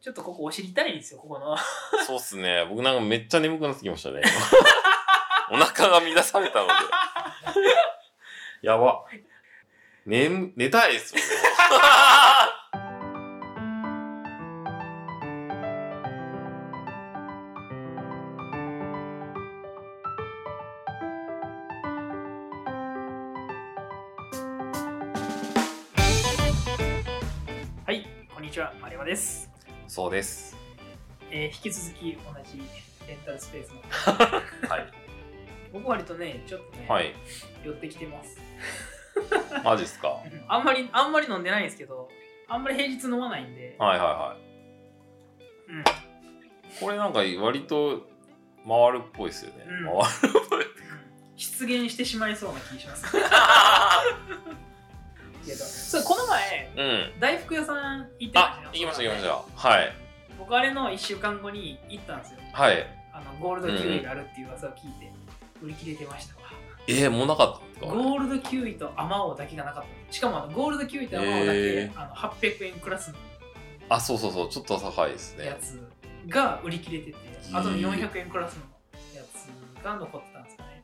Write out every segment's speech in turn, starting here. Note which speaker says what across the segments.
Speaker 1: ちょっとここお尻痛いんですよ、ここの。
Speaker 2: そうっすね。僕なんかめっちゃ眠くなってきましたね。 今お腹が乱されたので。やば。寝む、寝たいですよ。
Speaker 1: はい、こんにちは、丸山です。
Speaker 2: そうです。
Speaker 1: えー引き続き同じレンタルスペースの。
Speaker 2: はい。
Speaker 1: 僕割とね、ちょっとね、
Speaker 2: はい。
Speaker 1: 寄ってきてます。
Speaker 2: マジっすか。は
Speaker 1: うんあんまり、あんまり飲んでないんですけど、あんまり平日飲まないんで、
Speaker 2: いはいはい。
Speaker 1: うん、
Speaker 2: これなんか割と回るっぽいですよね。
Speaker 1: うん
Speaker 2: 回る。
Speaker 1: 出現してしまいそうな気し ます。けど、そう、この前、
Speaker 2: うん。
Speaker 1: 大福屋さん行って
Speaker 2: あ、行
Speaker 1: じ
Speaker 2: き
Speaker 1: ゃん
Speaker 2: ました行きました。はい。
Speaker 1: 僕あれの1週間後に行ったんですよ。
Speaker 2: はい。
Speaker 1: あの、ゴールドキウイがあるっていう噂を聞いて、売り切れてましたわ。
Speaker 2: えー、もうなかったんですか
Speaker 1: ゴールドキウイとアマオだけがなかった。しかもあのゴールドキウイとアマオだけ、
Speaker 2: へ
Speaker 1: あの800円クラスの
Speaker 2: あ、そうそうそう。ちょっと高いです
Speaker 1: や
Speaker 2: ね。
Speaker 1: つが売り切れてて、あとの400円クラスのやつが残ってたんですかね。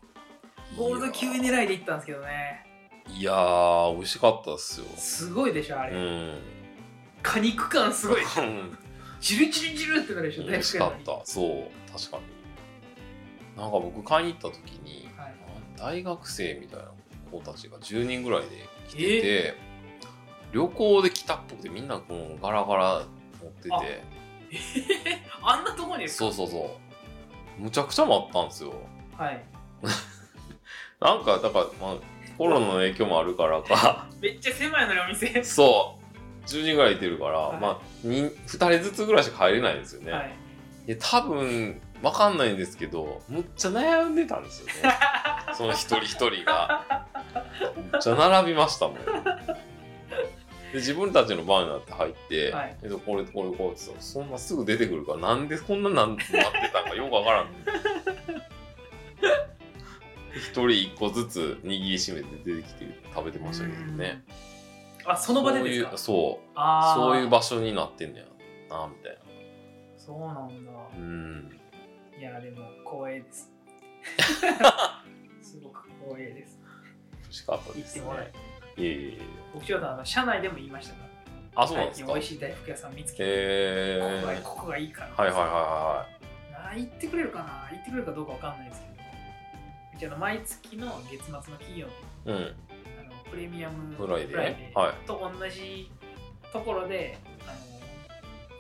Speaker 1: ゴールドキウイ狙いで行ったんですけどね、
Speaker 2: いやー、美味しかったっすよ。
Speaker 1: すごいでしょ、あ
Speaker 2: う
Speaker 1: れ。
Speaker 2: ん。
Speaker 1: 果肉感すごいでしょ。
Speaker 2: うん
Speaker 1: ジュルジュルジュルってなるでしょ、
Speaker 2: 美味しかった。そう、確かに。なんか僕買いに行った時に、
Speaker 1: た。はい、
Speaker 2: 大学生みたいな子たちが10人ぐらいで来て
Speaker 1: え
Speaker 2: て、旅行で来たっぽくてみんなこのガラガラ持って
Speaker 1: あ
Speaker 2: て、
Speaker 1: あんなとこにですか
Speaker 2: そうそうそう。むちゃくちゃ待ったんですよ。
Speaker 1: はい。
Speaker 2: なんか、だから、まあ、コロナの影響もあるか らか、
Speaker 1: めっちゃ狭いのにお店。
Speaker 2: そう、10人ぐらいいてるから、
Speaker 1: はい
Speaker 2: まあ2、人ずつぐらいしか入れないんですよね。
Speaker 1: はい。
Speaker 2: で多分わかんないんですけどむっちゃ悩んでたんですよね その一人一人がむっちゃ並びましたもんで自分たちの番になって入って、
Speaker 1: はい
Speaker 2: えっと、これこれこうって言ったらそんなすぐ出てくるからなんでこんななん待ってたんかよくわからん一人一個ずつ握りしめて出てきて食べてましたけどね
Speaker 1: うん。あ、その場でです
Speaker 2: そうい
Speaker 1: か
Speaker 2: うそう
Speaker 1: ああ。
Speaker 2: そういう。場所になってんのやなみたいな
Speaker 1: そうなんだ。
Speaker 2: うん
Speaker 1: いや、でも光栄 です。すごく光栄です。
Speaker 2: 美味しかったですね
Speaker 1: 行ってもらえ。
Speaker 2: いえいえいえ。
Speaker 1: 僕ちょうどあの社内でも言いましたが、
Speaker 2: あ、そうな
Speaker 1: 最
Speaker 2: んです
Speaker 1: 近
Speaker 2: か。
Speaker 1: 美
Speaker 2: へ
Speaker 1: 味しい大福屋さん見つけて、
Speaker 2: え
Speaker 1: ここがいい
Speaker 2: ー。
Speaker 1: ここがいいから。
Speaker 2: はいはいはいは
Speaker 1: なあ言ってくれるかな言ってくれるかどうかわかんないですけど、うちあの毎月の月末の金曜日、
Speaker 2: いはい。うん。
Speaker 1: あのプレミアム
Speaker 2: フライデーは
Speaker 1: と同じところで、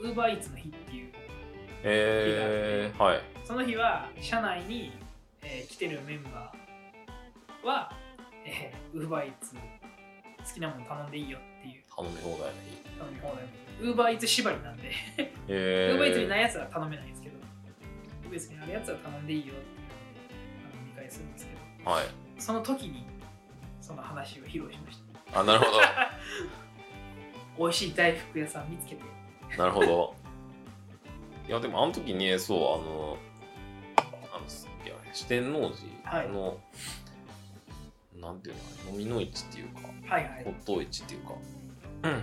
Speaker 1: ウーバーイーツの日っていう
Speaker 2: えー。はい。
Speaker 1: その日は社内に、えー来てるメンバーは、えー、ウーバーイーツ好きなもの頼んでいいよっていう
Speaker 2: 頼み放題ね。
Speaker 1: 頼み放題ウーバーイーツ縛りなんで、ウ
Speaker 2: えー。
Speaker 1: ーバーイーツにないやつは頼めないんですけどウーバーイーツにあるやつは頼んでいいよっていうのであの見返するんですけど
Speaker 2: はい。
Speaker 1: その時にその話を披露しました
Speaker 2: あ、なるほ
Speaker 1: 美味しい大福屋さん見つけて
Speaker 2: ど。 なるほど。いや、でもあの時に、そう、あの、あの、すっげえ四天王
Speaker 1: はい
Speaker 2: 寺の、なんていうの、飲みの市っていうか、
Speaker 1: はいはい
Speaker 2: 骨董市っていう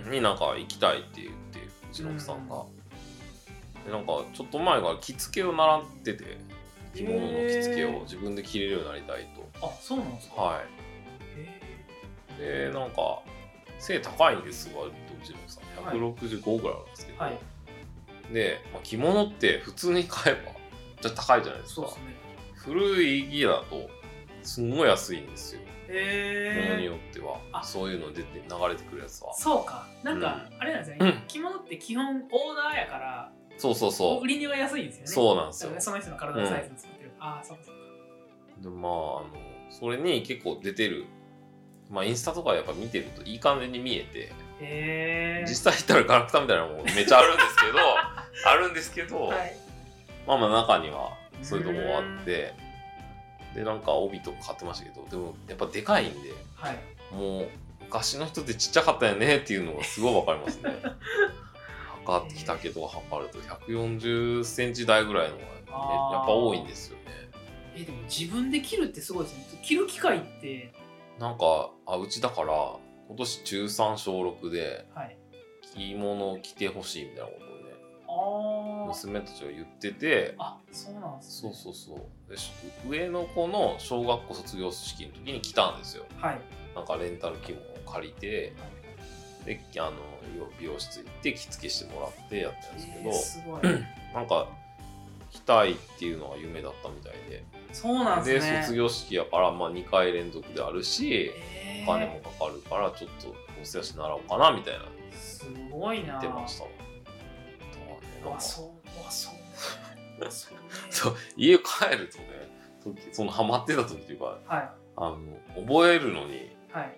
Speaker 2: か、になんか行きたいって言ってうちの奥さんが、でなんかちょっと前から着付けを習ってて着物の着付け
Speaker 1: へ
Speaker 2: を
Speaker 1: ー
Speaker 2: 自分で着れるようになりたい
Speaker 1: あそうなんです
Speaker 2: と、
Speaker 1: か、
Speaker 2: は
Speaker 1: へ
Speaker 2: いでなんか背高いんです割とうちの奥さ
Speaker 1: はい
Speaker 2: ん165ぐらいあるんですけ
Speaker 1: ー
Speaker 2: ど、
Speaker 1: はい
Speaker 2: で、まあ、着物って普通に買えばじゃあ高いじゃないです
Speaker 1: そう
Speaker 2: か
Speaker 1: ですね
Speaker 2: 古いギアだとすんごい安いんですよ、もの
Speaker 1: へ
Speaker 2: に
Speaker 1: え
Speaker 2: よっては
Speaker 1: あ
Speaker 2: そういうの出て流れてくるやつは
Speaker 1: そうか、なんか、あれなんですよね、
Speaker 2: うん
Speaker 1: 着物って基本オーダーやから、
Speaker 2: そうそうそう
Speaker 1: 売り値は安いんですよね。
Speaker 2: そうなんです
Speaker 1: だ
Speaker 2: よ
Speaker 1: からねその人の体のサイズを作ってる。ああ、そうかそうか。
Speaker 2: でまああのそれに結構出てるまあインスタとかやっぱ見てるといい感じに見えて
Speaker 1: へえ。
Speaker 2: 実際行ったらガラクタみたいなのもめっちゃあるんですけ どあるんですけど、
Speaker 1: はい。
Speaker 2: まあまあ中にはそういうとこもあってでなんか帯とか買ってましたけどでもやっぱでかいんで
Speaker 1: はい。
Speaker 2: もう昔の人ってちっちゃかったよねっていうのがすごいわかります ね測ってきたけど測ると1 4 0ンチ台ぐらいのがね
Speaker 1: あー
Speaker 2: やっぱ多いんですよね
Speaker 1: え、でも自分で切るってすごいですね。切る機会って、
Speaker 2: なんかあうちだから今年中3小6で
Speaker 1: はい。
Speaker 2: 着物を着てほしいみたいなことをね
Speaker 1: あ
Speaker 2: 娘たちが言ってて
Speaker 1: あそうなんです
Speaker 2: そ
Speaker 1: ね
Speaker 2: うそうそうでし上の子の小学校卒業式の時に来たんですよ
Speaker 1: はい
Speaker 2: なんかレンタル着物を借りてであの美容室行って着付けしてもらってやったんですけど、
Speaker 1: えー、す ごい
Speaker 2: なんか来たいっていうのが夢だったみたいで
Speaker 1: そうなん
Speaker 2: で
Speaker 1: ですね
Speaker 2: 卒業式やから、まあ、2回連続であるし
Speaker 1: えー
Speaker 2: お金もかかるからちょっとお世話し習おうかなみたいな
Speaker 1: すごい
Speaker 2: 言
Speaker 1: な
Speaker 2: ってましたわだからねなん
Speaker 1: わ
Speaker 2: か
Speaker 1: そうわ そうねそうね
Speaker 2: そう 家帰るとね時そのハマってた時っていうか
Speaker 1: は
Speaker 2: あの覚えるのに
Speaker 1: いはい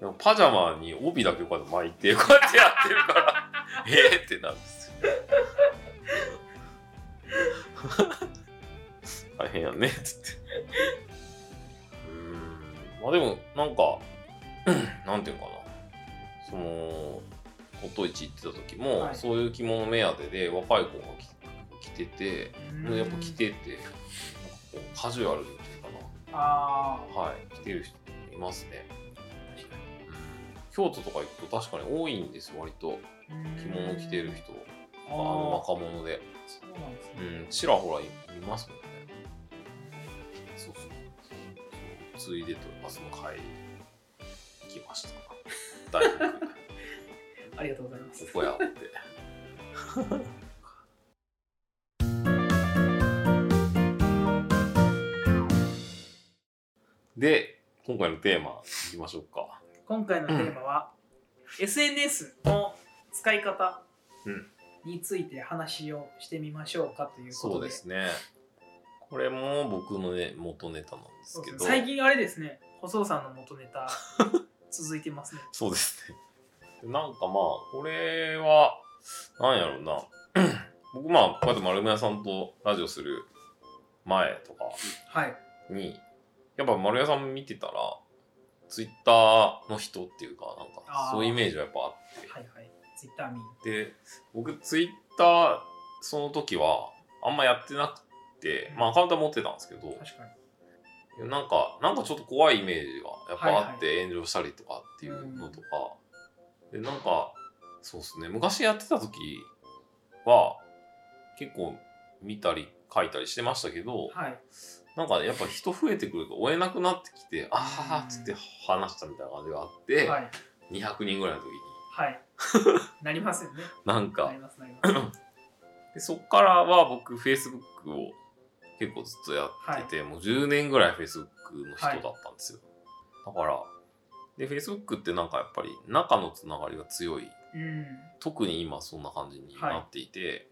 Speaker 2: でもパジャマに帯だけこうやって巻いてこうやってやってるから えーってなるんですよ大変やねっつってうーんまあでもなんか なんていうのかなその音市行ってた時も、
Speaker 1: はい
Speaker 2: そういう着物目当てで若い子が着着てて
Speaker 1: うーん
Speaker 2: やっぱ着ててなんかこうカジュアルにっていうかな
Speaker 1: あ
Speaker 2: はい、来てる人いますね。
Speaker 1: あ確か
Speaker 2: 京都とか行くと確かに多いんです、割
Speaker 1: に
Speaker 2: と。着物着てる人、
Speaker 1: あ
Speaker 2: あの
Speaker 1: あ
Speaker 2: 若者で。
Speaker 1: そうなんです
Speaker 2: う
Speaker 1: ね
Speaker 2: ん、ちらほらいいますもんね。そうそう。ついでというか、その会、行きました。大学、
Speaker 1: ありがとうございます
Speaker 2: ここやって。 で、今回のテーマ、いきましょうか。
Speaker 1: 今回のテーマは、SNS の使い方
Speaker 2: うん
Speaker 1: について話をしてみましょうかというこ
Speaker 2: そ
Speaker 1: と
Speaker 2: う
Speaker 1: で,、
Speaker 2: ですね。これも僕のね、元ネタなんですけど。
Speaker 1: 最近あれですね細尾さんの元ネタ 続いてますね
Speaker 2: そうですね。なんかまあ、これは、なんやろうな。 僕まあ、こうやって丸山さんとラジオする前とか
Speaker 1: はい
Speaker 2: に、やっぱ丸山さん見てたら、ツイッターの人っていうか、なん
Speaker 1: あ
Speaker 2: か、
Speaker 1: ー
Speaker 2: そういうイメージはやっぱあっ
Speaker 1: はいはいツイッター見
Speaker 2: て、僕ツイッター、その時は、あんまやってなくて、まあアカウントは持ってたんですけど、
Speaker 1: 確かに
Speaker 2: なんか、なんかちょっと怖いイメージがやっぱあっ
Speaker 1: は
Speaker 2: て、炎上したりとかっていうのとか、で、なんか、そうですね、昔やってた時は、結構見たり書いたりしてましたけど、
Speaker 1: はい
Speaker 2: なんかやっぱ人増えてくると追えなくなってきて、あははっつって話したみたいな感じがあって、
Speaker 1: はい
Speaker 2: 200人ぐらいの時に、
Speaker 1: はい なりますよね
Speaker 2: なん
Speaker 1: な
Speaker 2: か
Speaker 1: り、ますなります
Speaker 2: でそっからは僕、Facebook を結構ずっとやってて、もう10年ぐらい Facebook の人だったんですよ。だから、で、Facebook ってなんかやっぱり中のつながりが強い。
Speaker 1: うん
Speaker 2: 特に今そんな感じになっていて、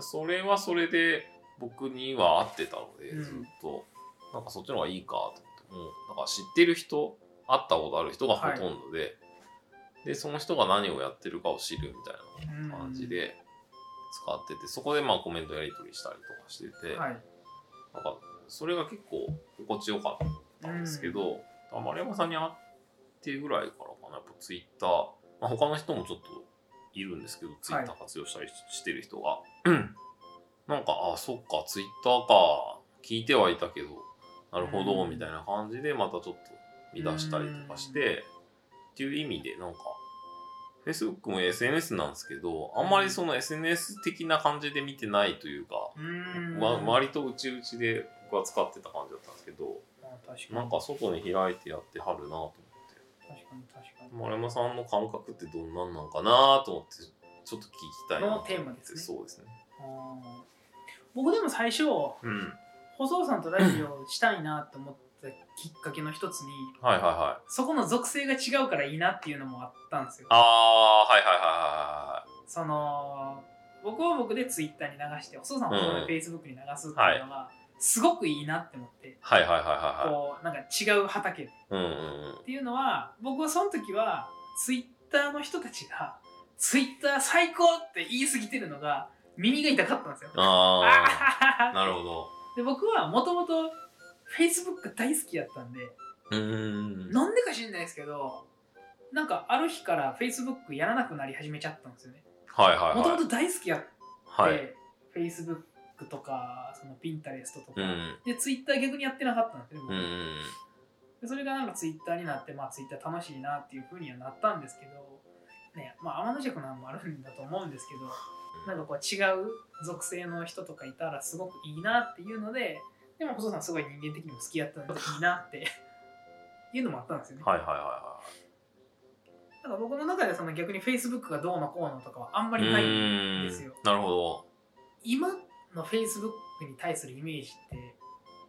Speaker 2: それはそれで僕には合ってたので、
Speaker 1: うん
Speaker 2: ずっと、なんかそっちの方がいいかと思って、もう、なんか知ってる人、会ったことある人がほとんどで、で、その人が何をやってるかを知るみたいな。
Speaker 1: うん
Speaker 2: 感じで使ってて、そこでまあコメントやり取りしたりとかしてて、
Speaker 1: はい
Speaker 2: なんかそれが結構心地よかったんですけど、あ丸山さんに会ってぐらいからかな、やっぱツイッター、まあ、他の人もちょっといるんですけど、ツイッター活用したりししてる人が、 なんか、あそっか、ツイッターか、聞いてはいたけど、なるほど、
Speaker 1: うん
Speaker 2: みたいな感じで、またちょっと見出したりとかして、っていう意味で、なんか、Facebook も SNS なんですけど、あんまりその SNS 的な感じで見てないというか、
Speaker 1: うん
Speaker 2: ま、割とうちうちで僕は使ってた感じだったんですけど、
Speaker 1: まあ確かに
Speaker 2: なんか外に開いてやってはるなと思って、
Speaker 1: 確かに確かに
Speaker 2: 丸山さんの感覚ってどんなんなんかなと思って、ちょっと聞きたいなと思って
Speaker 1: のテーマですね
Speaker 2: そうですね。
Speaker 1: あー僕でも最初
Speaker 2: うん。
Speaker 1: 細尾さんとラジオしたいなと思ったきっかけの一つに
Speaker 2: はいはいはい。
Speaker 1: そこの属性が違うからいいなっていうのもあったんですよ
Speaker 2: あー、はいはいは
Speaker 1: その僕は僕でツイッターに流して細尾さんは細尾でフェイスブックに流すっていうのがすごくいいなって思って、
Speaker 2: いはいはい。はいはいはいは
Speaker 1: こうなんか違う畑で
Speaker 2: いはい。うんうんうん。
Speaker 1: っていうのは僕はその時はツイッターの人たちがツイッター最高って言い過ぎてるのが耳が痛かったんですよあ
Speaker 2: あー、
Speaker 1: ー
Speaker 2: なるほど。
Speaker 1: で僕はもともと Facebook が大好きだったんで
Speaker 2: うーん。
Speaker 1: なんでか知んないですけどなんかある日から Facebook やらなくなり始めちゃったんですよね
Speaker 2: はいはい
Speaker 1: もとも
Speaker 2: はい。
Speaker 1: と大好きやって、
Speaker 2: はい。
Speaker 1: Facebook とかその Pinterest とか、
Speaker 2: うん。
Speaker 1: で Twitter 逆にやってなかったんですよ、
Speaker 2: う
Speaker 1: 僕
Speaker 2: んうん。
Speaker 1: でそれがなんか Twitter になって、まあ、Twitter 楽しいなっていうふうにはなったんですけどねまあ天の尺なんもあるんだと思うんですけどなんかこう違う属性の人とかいたらすごくいいなっていうのででも細田さんすごい人間的にも好きやったのでいいなって いうのもあったんですよね、
Speaker 2: はいはいは
Speaker 1: だから僕の中でその逆に Facebook がどうのこうのとかはあんま
Speaker 2: いは
Speaker 1: り
Speaker 2: い。う
Speaker 1: ない、
Speaker 2: ーん
Speaker 1: ですよ
Speaker 2: なるほど。
Speaker 1: 今の Facebook に対するイメージって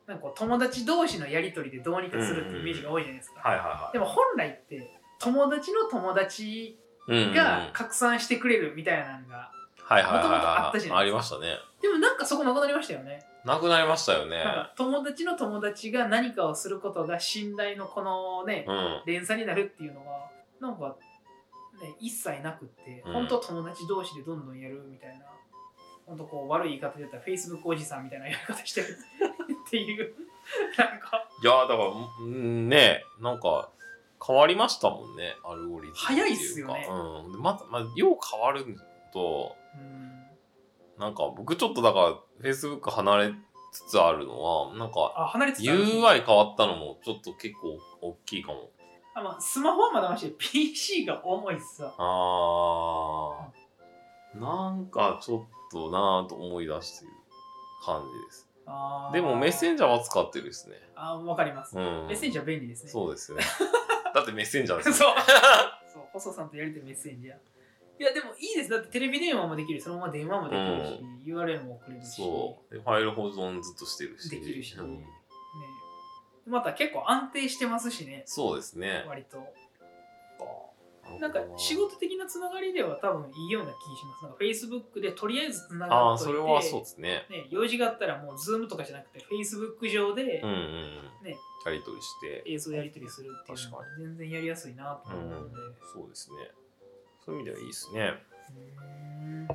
Speaker 1: なんかこう友達同士のやり取りでどうにかするっていうイメージが多いじゃないですか、
Speaker 2: はいはいは
Speaker 1: でも本来って友達の友達
Speaker 2: い。うんうん
Speaker 1: が拡散してくれるみたいなのが、
Speaker 2: はいはいは
Speaker 1: 元
Speaker 2: い
Speaker 1: 々あっ
Speaker 2: は
Speaker 1: た
Speaker 2: い
Speaker 1: じゃ
Speaker 2: あ
Speaker 1: ないで
Speaker 2: り
Speaker 1: すか
Speaker 2: ましたね。
Speaker 1: でもなんかそこなくなりましたよね、
Speaker 2: なくなりましたよね。
Speaker 1: なんか友達の友達が何かをすることが信頼のこのね、
Speaker 2: うん。
Speaker 1: 連鎖になるっていうのがなんか、ね、一切なくって、
Speaker 2: うん
Speaker 1: 本当友達同士でどんどんやるみたいな本当こう悪い言い方で言ったら Facebook おじさんみたいなやり方してるっていうなんか
Speaker 2: いやーだからうんねなんか変わりましたもんねアルゴリズムってうか
Speaker 1: 早いっすよね
Speaker 2: うんでまたまあよう変わると
Speaker 1: うん
Speaker 2: なんか僕ちょっとだから Facebook 離れつつあるのはなんか
Speaker 1: あ離れてた
Speaker 2: UI 変わったのもちょっと結構大きいかも
Speaker 1: あ、まあ、スマホはまだましで PC が重いっすわ
Speaker 2: あーなんかちょっとなーと思い出してる感じです
Speaker 1: あー
Speaker 2: でもメッセンジャーは使ってるですね
Speaker 1: あわかります、
Speaker 2: うん
Speaker 1: メッセンジャー便利ですね
Speaker 2: そうですよねだってメッセンジャー です
Speaker 1: そう
Speaker 2: よ
Speaker 1: そう細さんとやりたいメッセンジャーいやでもいいですだってテレビ電話もできるそのまま電話もできるし、URL も送れるし
Speaker 2: そう。でファイル保存ずっとしてるし。
Speaker 1: できるし
Speaker 2: うん
Speaker 1: ね、また結構安定してますしね
Speaker 2: そうですね。
Speaker 1: 割となんか仕事的なつながりでは多分いいような気しますなんか Facebook でとりあえずつな
Speaker 2: あ
Speaker 1: が
Speaker 2: あ、
Speaker 1: っとい
Speaker 2: そ
Speaker 1: て
Speaker 2: れはそうですね。
Speaker 1: ね、用事があったらもう Zoom とかじゃなくて Facebook 上で
Speaker 2: うんうんうん。
Speaker 1: ね
Speaker 2: やり取りして。
Speaker 1: 映像やり取りするっていうのは
Speaker 2: 確
Speaker 1: 全然やりやすいなと
Speaker 2: う
Speaker 1: 思うの
Speaker 2: ん
Speaker 1: で、。
Speaker 2: そうですね。そういう意味ではいいですね。
Speaker 1: うーん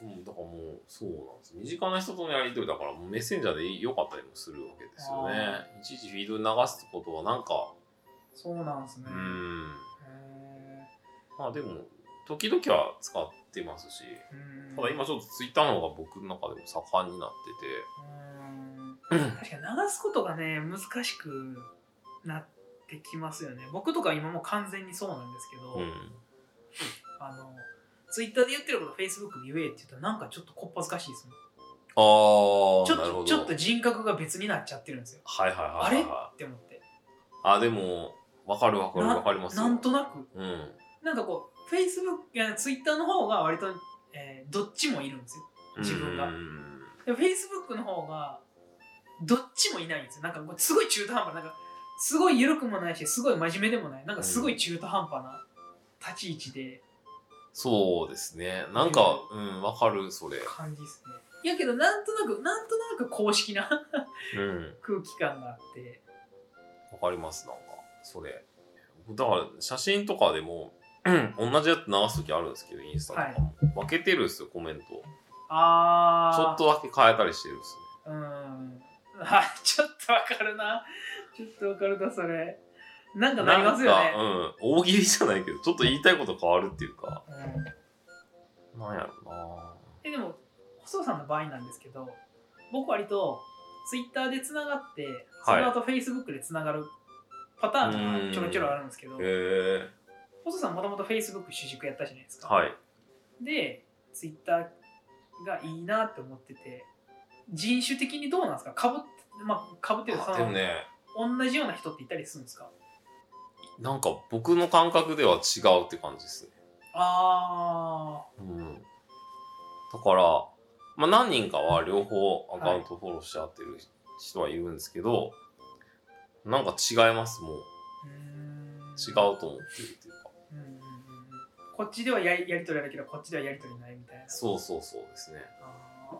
Speaker 2: うん、だからもう、そうなんです。身近な人とのやり取りだから、もうメッセンジャーで良かったりもするわけですよね
Speaker 1: あ。
Speaker 2: いちいちフィードに流すことはなんか、
Speaker 1: そうなんですね、
Speaker 2: うん。
Speaker 1: へ
Speaker 2: まあでも、時々は使ってますし、
Speaker 1: ーうん
Speaker 2: ただ今ちょっとツイッターの方が僕の中でも盛んになってて、
Speaker 1: うん確かに流すことがね難しくなってきますよね僕とか今もう完全にそうなんですけど、
Speaker 2: うん。
Speaker 1: あのツイッターで言ってること Facebook で言えって言ったらなんかちょっとこっぱずかしいですもん
Speaker 2: あ
Speaker 1: ちょ
Speaker 2: あ、
Speaker 1: っ
Speaker 2: なるほ
Speaker 1: と
Speaker 2: ど。
Speaker 1: ちょっと人格が別になっちゃってるんですよ
Speaker 2: はいはいはいはいは
Speaker 1: って思って
Speaker 2: い。あでも、わかるわかる
Speaker 1: な
Speaker 2: わかりますよ。
Speaker 1: なんとなく
Speaker 2: うん。
Speaker 1: なんかこう Facebook いや Twitter の方が割と、えーどっちもいるんですよ 自分が
Speaker 2: うん
Speaker 1: でも Facebook の方がどっちもいないんですよなんかこうすごい中途半端なんかすごい緩くもないしすごい真面目でもないなんかすごい中途半端な立ち位置で
Speaker 2: そうですね。なんか、うん、わかる、それ。
Speaker 1: 感じですねいやけどなんとなくなんとなく公式な
Speaker 2: うん。
Speaker 1: 空気感があって
Speaker 2: わかります、なんか、それ。だから、写真とかでも、 うん同じやつ流すときあるんですけど、インスタとかも。分けてるんですよ、コメント。ち
Speaker 1: ああ
Speaker 2: ょっとだけ変えたりしてるんです
Speaker 1: うーんあちょっとわかるなちょっとわかるなそれなんか
Speaker 2: ね。
Speaker 1: なりますよ
Speaker 2: な
Speaker 1: ね
Speaker 2: んか、うん。大喜利じゃないけど、ちょっと言いたいこと変わるっていうか。
Speaker 1: うん
Speaker 2: なんやろうな
Speaker 1: えでも細田さんの場合なんですけど僕割とツイッターでつながってそ
Speaker 2: はい
Speaker 1: の後フェイスブックでつながるパターンがちょろちょろあるんですけど
Speaker 2: へえ。
Speaker 1: 細田さんもともとフェイスブック主軸やったじゃないですか、
Speaker 2: はい。
Speaker 1: でツイッターがいいなって思ってて人種的にどうなんですかかぶってまあかぶってるその
Speaker 2: あでもね、
Speaker 1: 同じような人っていたりするんですか
Speaker 2: なんか僕の感覚では違うって感じですね。
Speaker 1: あ
Speaker 2: うん。だから、まあ何人かは両方アカウントフォローし合ってる人はいるんですけど、なんか違います、もう。
Speaker 1: ーうーん
Speaker 2: 違うと思ってるっていうか。
Speaker 1: うんうんうんうんこっちではやりやり取りあるけどこっちではやり取りないみたいな
Speaker 2: そうそうそうですね。
Speaker 1: あー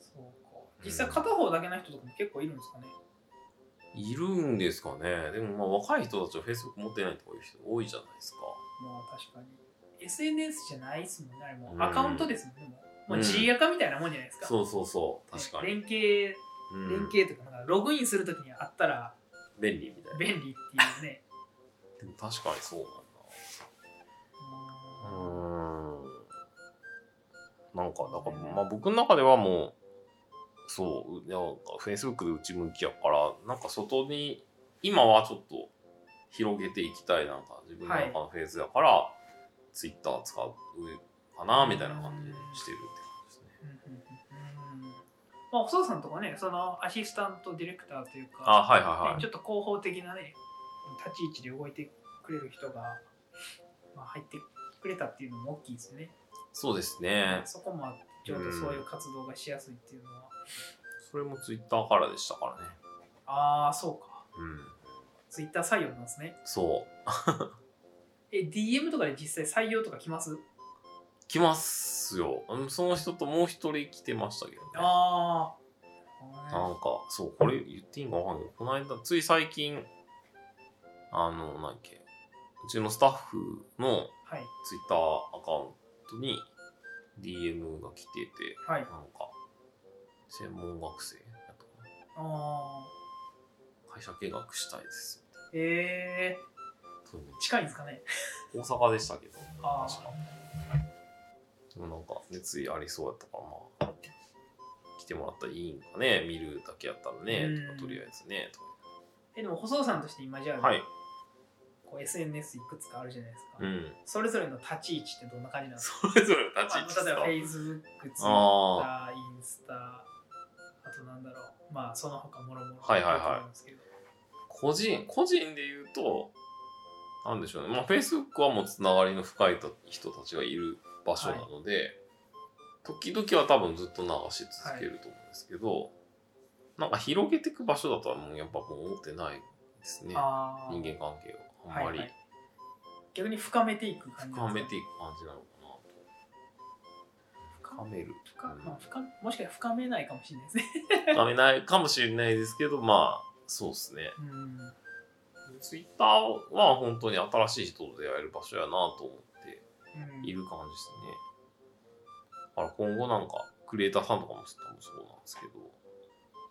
Speaker 1: そうか実際片方だけの人とかも結構いるんですかね、
Speaker 2: いるんですかね。でもまあ若い人たちは Facebook 持ってないとかいう人多いじゃないですか。
Speaker 1: まあ確かに SNS じゃないですもんねあれも
Speaker 2: うん
Speaker 1: アカウントですもんねもう、も
Speaker 2: う
Speaker 1: うん G アカみたいなもんじゃないですか、
Speaker 2: そうそうそう。確かに。
Speaker 1: 連携
Speaker 2: うん
Speaker 1: 連携とかなんかログインするときにあったら
Speaker 2: 便利みたいな。
Speaker 1: 便利っていうね、
Speaker 2: でも確かにそうなんだ。う
Speaker 1: うーん
Speaker 2: ーんなんか、だから、まあ僕の中ではもう、そう、なんか Facebook で内向きやから、なんか外に、今はちょっと広げていきたい、なんか自分の中のフェーズやから、Twitter 使うかなみたいな感じにしてるっ
Speaker 1: う
Speaker 2: て感じですね。
Speaker 1: んうんうんうんまあ、細田さんとかね、そのアシスタントディレクターというか、
Speaker 2: あはいはいは
Speaker 1: ね
Speaker 2: い
Speaker 1: ちょっと広報的なね、立ち位置で動いてくれる人が、まあ、入ってくれたっていうのも大きいですね。
Speaker 2: そうですね
Speaker 1: そこもあって、ちょっとそういう活動がしやすいっていうのは。
Speaker 2: それもツイッターからでしたからね
Speaker 1: ああ、そうか。
Speaker 2: うん
Speaker 1: ツイッター採用なんですね。
Speaker 2: そう
Speaker 1: え、DM とかで実際採用とか来ます
Speaker 2: 来ますようんその人ともう一人来てましたけどね
Speaker 1: あ
Speaker 2: な
Speaker 1: あ。
Speaker 2: んかそうこれ言っていいんかわかんないこの間つい最近あの何やっけうちのスタッフの
Speaker 1: はい。
Speaker 2: ツイッターアカウントに DM が来てて
Speaker 1: はい
Speaker 2: なん。か専門学生やとかな
Speaker 1: あ
Speaker 2: 会社見学したいです
Speaker 1: あ。ええ
Speaker 2: そうめっち
Speaker 1: 近いんですかね。
Speaker 2: ゃ大阪でしたけど
Speaker 1: あ
Speaker 2: 確かでもなんか熱意ありそうやったからまあ来てもらったらいいんかね見るだけやったらね
Speaker 1: うん
Speaker 2: とかとりあえずねとか
Speaker 1: え、でも細田さんとして今じゃあ、
Speaker 2: はい
Speaker 1: こう SNS いくつかあるじゃないですか。
Speaker 2: うん
Speaker 1: それぞれの立ち位置ってどんな感じなんですか
Speaker 2: それぞれの立ち位置です
Speaker 1: まあ
Speaker 2: か
Speaker 1: 例えば Facebook、Twitter、
Speaker 2: あ
Speaker 1: インスタ、あとなんだろう、まあその他もろもろ
Speaker 2: はいはいはい
Speaker 1: だと思うんですけど
Speaker 2: 個人個人で言うとなんでしょうねまあ Facebook はもうつながりの深い人たちがいる場所なので、時々は多分ずっと流し続けると思うんですけど、なんか広げていく場所だとはもうやっぱもう思ってないですね
Speaker 1: あー
Speaker 2: 人間関係をあんまり
Speaker 1: はいはい逆に深めていく感じ
Speaker 2: 深めて
Speaker 1: いく
Speaker 2: いく感じなのかなと
Speaker 1: 深
Speaker 2: 深める
Speaker 1: 深まあ、深めもしかしたら深めないかもしれないですね。
Speaker 2: 深めないかもしれないですけどまあそうですね
Speaker 1: うん
Speaker 2: ツイッターは本当に新しい人と出会える場所やなと思って
Speaker 1: うん
Speaker 2: いる感じですね。だから今後なんかクリエイターさんとかも多分そうなんですけど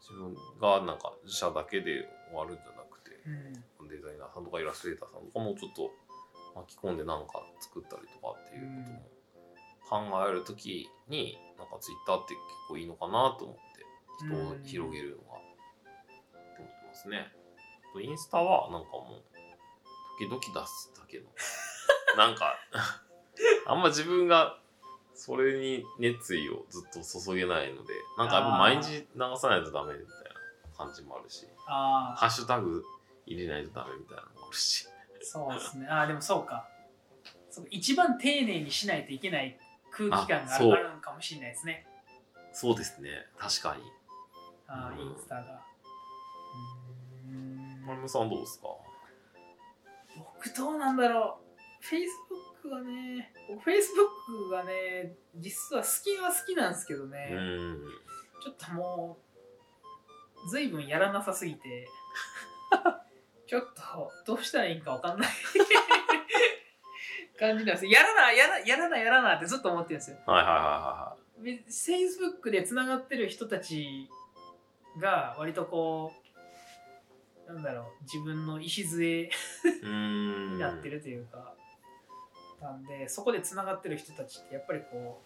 Speaker 2: 自分がなんか自社だけで終わるんじゃなくて
Speaker 1: うん
Speaker 2: デザイナーさんとかイラストレーターさんとかもちょっと巻き込んでなんか作ったりとかっていうことも考えるときになんかツイッターって結構いいのかなと思って人を広げるのがって思ってますね。あとインスタはなんかもう時々出す だけのなんかあんま自分がそれに熱意をずっと注げないのでなんかやっぱ毎日流さないとダメみたいな感じもあるし。
Speaker 1: ああ、
Speaker 2: ハッシュタグ入れないとダメみたいなのもあるし。
Speaker 1: そうですね。ああ、でもそうか。そう一番丁寧にしないといけない空気感があ
Speaker 2: あそう
Speaker 1: るあるのかもしれないですね。
Speaker 2: そうですね、確かに。
Speaker 1: ああ、
Speaker 2: うん
Speaker 1: インスタが。うーん
Speaker 2: 丸山さんどうですか
Speaker 1: 僕どうなんだろう Facebook はね僕 Facebook がね実は好きは好きなんですけどね
Speaker 2: う、ん。
Speaker 1: ちょっともう随分やらなさすぎてちょっとどうしたらいいんかわかんない 感じなんですよやらなやらやらなやらなってずっと思ってるんですよ
Speaker 2: はいはいは
Speaker 1: で Facebook でつながってる人たちが割とこうなんだろう自分の礎
Speaker 2: いはいはい。うん。
Speaker 1: やって。るというか、なんでそこでつながってる人たちってやっぱりこ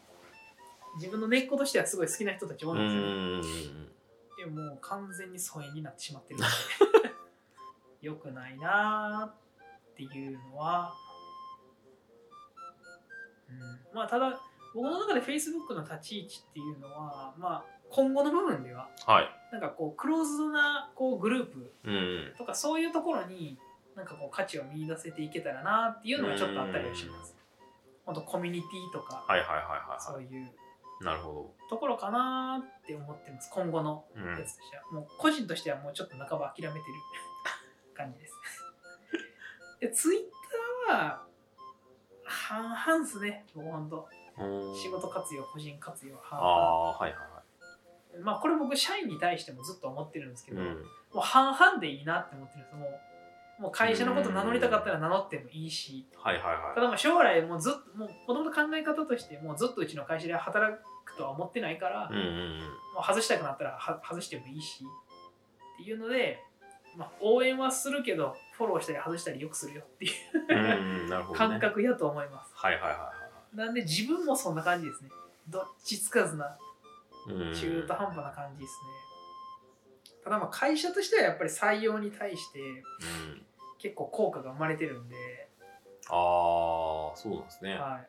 Speaker 1: う自分の根っことしてはすごい好きな人たち多
Speaker 2: う
Speaker 1: いんですよ、ね
Speaker 2: ん。
Speaker 1: でももう完全に疎遠になってしまってるのでよくないなーっていうのは、うん、まあただ僕の中で Facebook の立ち位置っていうのはまあ今後の部分では
Speaker 2: はい。
Speaker 1: なんかこうクローズドなこうグループ
Speaker 2: うん。
Speaker 1: とかそういうところになんかこう価値を見出せていけたらなっていうのがちょっとあったりはします。本当コミュニティとか、
Speaker 2: はいはいはいはい
Speaker 1: そ
Speaker 2: は
Speaker 1: ういう
Speaker 2: い。なるほ
Speaker 1: ところかなって思ってます今後の
Speaker 2: ど。う
Speaker 1: や
Speaker 2: ん。
Speaker 1: つとしては、もう個人としてはもうちょっと半ば諦めてる感じです。 でツイッターは半々っすね僕ほんと
Speaker 2: うん
Speaker 1: 仕事活用個人活用
Speaker 2: あ
Speaker 1: 半々
Speaker 2: あ、はいは
Speaker 1: まあこれ僕社員に対してもずっと思ってるんですけ
Speaker 2: い
Speaker 1: ど、
Speaker 2: はい。
Speaker 1: もう半々でいいなって思ってるんですもうもう会社のこと名乗りたかったら名乗ってもいいし
Speaker 2: はいはい
Speaker 1: た
Speaker 2: は
Speaker 1: だまあ将来もうずっともう子供の考え方としてもうずっとうちの会社で働くとは思ってないから、
Speaker 2: い。うんうん
Speaker 1: もう外したくなったらは外してもいいしっていうので、まあ、応援はするけどフォローしたり外したりよくするよっていう
Speaker 2: うん。うん。なるほど。
Speaker 1: 感
Speaker 2: ね
Speaker 1: 覚やと思います、
Speaker 2: はいはいはい
Speaker 1: なんで自分もそんな感じですねどっちつかずな
Speaker 2: はい。うん
Speaker 1: 中途半端な感じですね、ただまあ会社としてはやっぱり採用に対して
Speaker 2: うん。
Speaker 1: 結構効果が生まれてるんで、
Speaker 2: ああ、そうなんですね。
Speaker 1: は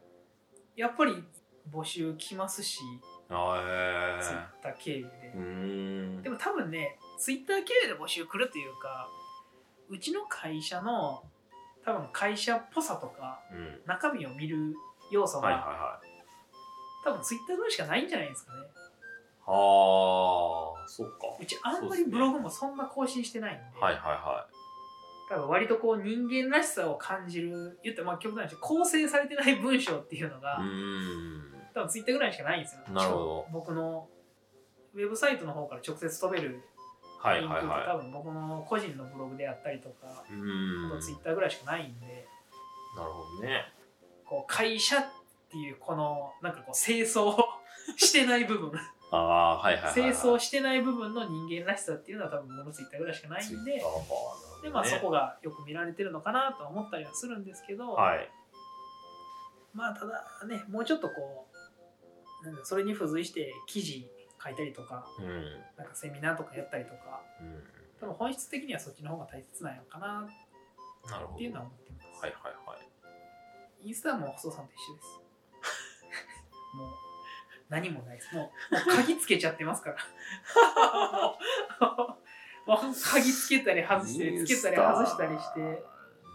Speaker 1: い、やっぱり募集来ますし、
Speaker 2: あ
Speaker 1: ツイッ
Speaker 2: あ
Speaker 1: ター経由で
Speaker 2: えー、う。ーん
Speaker 1: でも多分ね、ツイッター経由で募集来るというか、うちの会社の多分会社っぽさとか、
Speaker 2: うん
Speaker 1: 中身を見る要素が、
Speaker 2: はいはいはい
Speaker 1: 多分ツイッターぐらいしかないんじゃないですかね。
Speaker 2: ああそうか
Speaker 1: うちあん
Speaker 2: そう
Speaker 1: まり
Speaker 2: っすね
Speaker 1: ブログもそんな更新してないんで、
Speaker 2: はいはいは
Speaker 1: 多分割とこう人間らしさを感じる、言ってまあ極端に構成されてない文章っていうのが、
Speaker 2: いうーん
Speaker 1: 多分ツイッターぐらいしかないんですよ。
Speaker 2: なるほど
Speaker 1: 僕のウェブサイトの方から直接飛べる
Speaker 2: は
Speaker 1: リ
Speaker 2: い
Speaker 1: ンク
Speaker 2: は
Speaker 1: っ
Speaker 2: い
Speaker 1: て
Speaker 2: は
Speaker 1: 多分僕の個人のブログであったりとか、
Speaker 2: い。うーん。なる
Speaker 1: ツイッターぐらいしかないんで、
Speaker 2: ほどね。
Speaker 1: こう会社っていうこのなんかこう清掃してない 部分、
Speaker 2: ああ、はいはいはい、
Speaker 1: 清
Speaker 2: はい。
Speaker 1: 掃してない部分の人間らしさっていうのは多分僕のツイッターぐらいしかないんで、でまあそこがよく見られてるのかなとは思ったりはするんですけど、
Speaker 2: はい。
Speaker 1: まあただね、もうちょっとこう、なんだそれに付随して記事書いたりとか、
Speaker 2: うん。
Speaker 1: なんかセミナーとかやったりとか、
Speaker 2: うん。
Speaker 1: 多分本質的にはそっちの方が大切なんやかな
Speaker 2: なるほど。
Speaker 1: っていうのは思ってます。
Speaker 2: はいはいはい。
Speaker 1: インスタはもう細さんと一緒です。もう何もないです。もうもう鍵つけちゃって ますから。もう鍵つけたり外したりつけたり外したりして。
Speaker 2: ね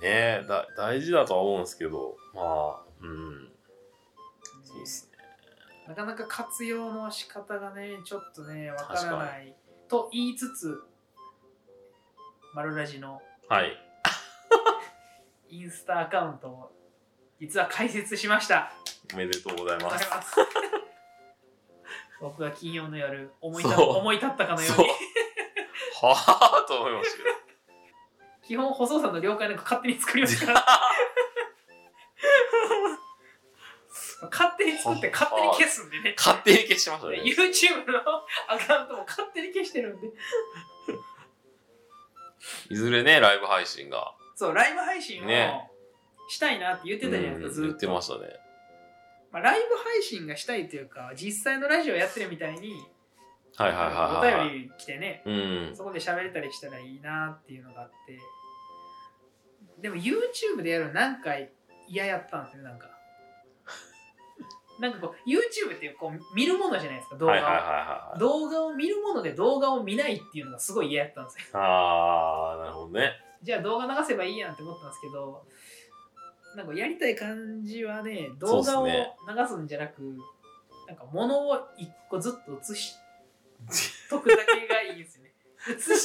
Speaker 2: えだ、大事だとは思うんですけど、まあ、うん。そうですね。
Speaker 1: なかなか活用の仕方がね、ちょっとね、わからないと言いつつ、マルラジの
Speaker 2: はい。
Speaker 1: インスタアカウントを実は開設しました。
Speaker 2: おめでとうございます。
Speaker 1: 僕が金曜の夜思い立
Speaker 2: そう
Speaker 1: 思い立ったかのよ
Speaker 2: そうう
Speaker 1: に。
Speaker 2: はぁと思いましたけ ど。
Speaker 1: 基本細さんの了解なんか勝手に作ります から勝手に作って勝手に消すんでね
Speaker 2: 勝手に消しましたね。
Speaker 1: YouTube のアカウントも勝手に消してるんで
Speaker 2: いずれね、ライブ配信が。
Speaker 1: そうライブ配信を
Speaker 2: ね
Speaker 1: したいなって言ってたじゃないですか、ず
Speaker 2: うん言
Speaker 1: っ
Speaker 2: って
Speaker 1: と、
Speaker 2: ましたね。
Speaker 1: まあ、ライブ配信がしたいというか実際のラジオやってるみたいに
Speaker 2: はいはい
Speaker 1: お
Speaker 2: はいはい、はい。
Speaker 1: 便り来てね
Speaker 2: うん。
Speaker 1: そこで喋れたりしたらいいなっていうのがあってでも YouTube でやるの何回嫌やったんですよなんかなんかこう YouTube ってこう見るものじゃないですか動画を、
Speaker 2: はいはいはいはいはい。
Speaker 1: 動画を見るもので動画を見ないっていうのがすごい嫌やったんですよ
Speaker 2: ああ、なるほどね。
Speaker 1: じゃあ動画流せばいいやんって思ったんですけどなんかやりたい感じはね動画
Speaker 2: そうっ
Speaker 1: を
Speaker 2: す
Speaker 1: 流
Speaker 2: ね
Speaker 1: すんじゃなく、なんか物を一個ずっと映しとくだけがいいですね映し映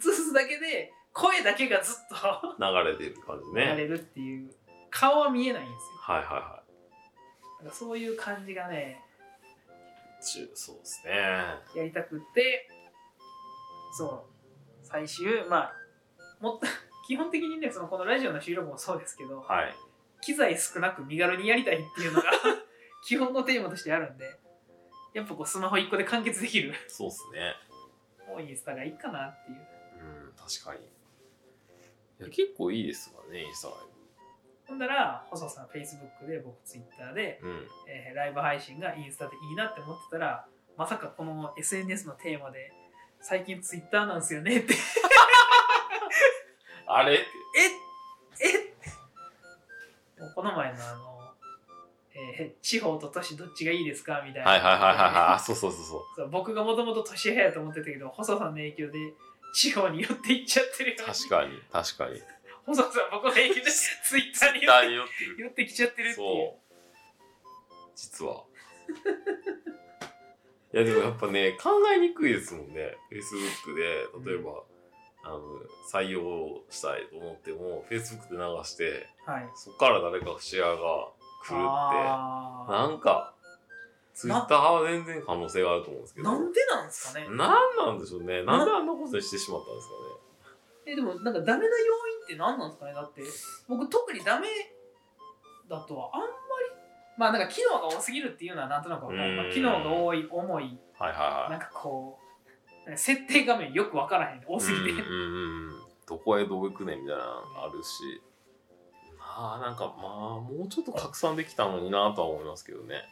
Speaker 1: すだけで声だけがずっと
Speaker 2: 流れてる感じ
Speaker 1: 流
Speaker 2: ね。
Speaker 1: れるっていう、顔は見えないんですよ
Speaker 2: はいはいは
Speaker 1: なんかそういう感じがね
Speaker 2: い。ちゅそうですね。
Speaker 1: やりたくってそう最終まあもっと基本的にねそのこのラジオの収録もそうですけど
Speaker 2: はい。
Speaker 1: 機材少なく身軽にやりたいっていうのが 基本のテーマとしてあるんでやっぱこうスマホ1個で完結できる
Speaker 2: そうですね。
Speaker 1: もうインスタがいいかなっていう
Speaker 2: うん、確かに。いや結構いいですからね、インスタライ
Speaker 1: ほんだら細さん Facebook で僕 Twitter で、
Speaker 2: ブ。うん。
Speaker 1: えーライブ配信がインスタでいいなって思ってたらまさかこの SNS のテーマで最近 Twitter なんですよねって
Speaker 2: あれ
Speaker 1: ええもうこの前のあの、えー地方と都市どっちがいいですかみたいな、
Speaker 2: はいはいはいはいはいあ。そうそうそうそう。
Speaker 1: そう僕がもともと年早いと思ってたけど細さんの影響で地方に寄っていっちゃってるよ
Speaker 2: 確かに、確かに。
Speaker 1: 細さん僕の 影響でツイッターに寄
Speaker 2: ダ
Speaker 1: っ
Speaker 2: イよって
Speaker 1: て寄ってきちゃってる
Speaker 2: る。
Speaker 1: っていう
Speaker 2: そう。実は。 いやでもやっぱね、考えにくいですもんね。Facebook で、例えば、あの、採用したいと思っても、Facebook で流して、
Speaker 1: はい
Speaker 2: そっから誰かシェアが来るって。な
Speaker 1: あ
Speaker 2: んか、ツイッターは全然可能性があると思うんですけ
Speaker 1: ー
Speaker 2: ど。
Speaker 1: なんでなんですかね
Speaker 2: なんなんでしょうね。なんであんなことにしてしまったんですかね。
Speaker 1: えでもなんかダメな要因って何なんですかねだって僕特にダメだとはあんまりまあなんか機能が多すぎるっていうのはなんとなくわかる、
Speaker 2: うん
Speaker 1: まあ機能が多い重い
Speaker 2: はいはい
Speaker 1: な
Speaker 2: は
Speaker 1: んかこうなんか設定画面よくわからへん多
Speaker 2: い。
Speaker 1: すぎて、
Speaker 2: うんうんうん。どこへどう行くねんみたいなのあるし。まあなんかまあもうちょっと拡散できたのになとは思いますけどね。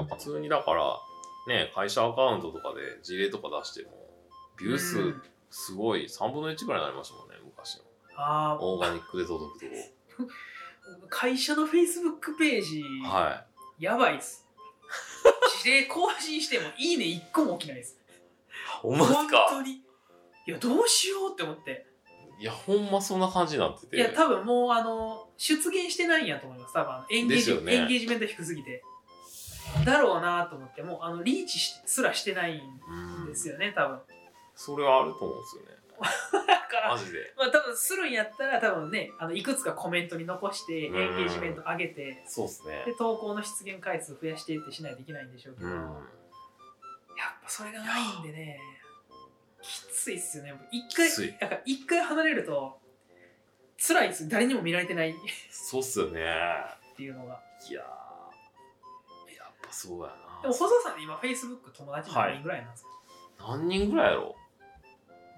Speaker 1: うん
Speaker 2: 普通にだから、ね、会社アカウントとかで事例とか出しても、ビュー
Speaker 1: う
Speaker 2: 数
Speaker 1: ん
Speaker 2: すごい3分の1ぐらいになりましたもんね、昔の。
Speaker 1: ああ
Speaker 2: オーガニックで届くとこ。
Speaker 1: 会社のフェイスブックページ
Speaker 2: は
Speaker 1: やばいです。事例更新してもいいね一個も起きないです。
Speaker 2: ほんまっすか
Speaker 1: 本当に。いや、どうしようって思って。
Speaker 2: いや、ほんまそんな感じになってて。
Speaker 1: いや、多分もう、あの、出現してないんやと思います。多分あのエンゲー
Speaker 2: ですよ
Speaker 1: ジ、
Speaker 2: ね
Speaker 1: エンゲージメント低すぎて。だろうなと思って、もう、あの、リーチしすらしてないん
Speaker 2: うん
Speaker 1: ですよね、多分。
Speaker 2: それはあると思うんですよね。
Speaker 1: だから、
Speaker 2: マジで。
Speaker 1: まあ多分するんやったら多分ねあのいくつかコメントに残してエン
Speaker 2: うん
Speaker 1: ゲージメント上げて
Speaker 2: そうっすね
Speaker 1: で。投稿の出現回数増やしていってしないといけないんでしょうけ
Speaker 2: う
Speaker 1: ど、やっ
Speaker 2: ん。
Speaker 1: ぱそれがないんでねきついっすよねもう一回
Speaker 2: きつい
Speaker 1: なんか一回離れると辛いっす誰にも見られてないっ
Speaker 2: そうっすよね。いや
Speaker 1: ていうのが
Speaker 2: ーやっぱそうや
Speaker 1: で
Speaker 2: な
Speaker 1: も。細田さん今 Facebook 友達何人ぐらいなんですか、
Speaker 2: 何人ぐらいやろ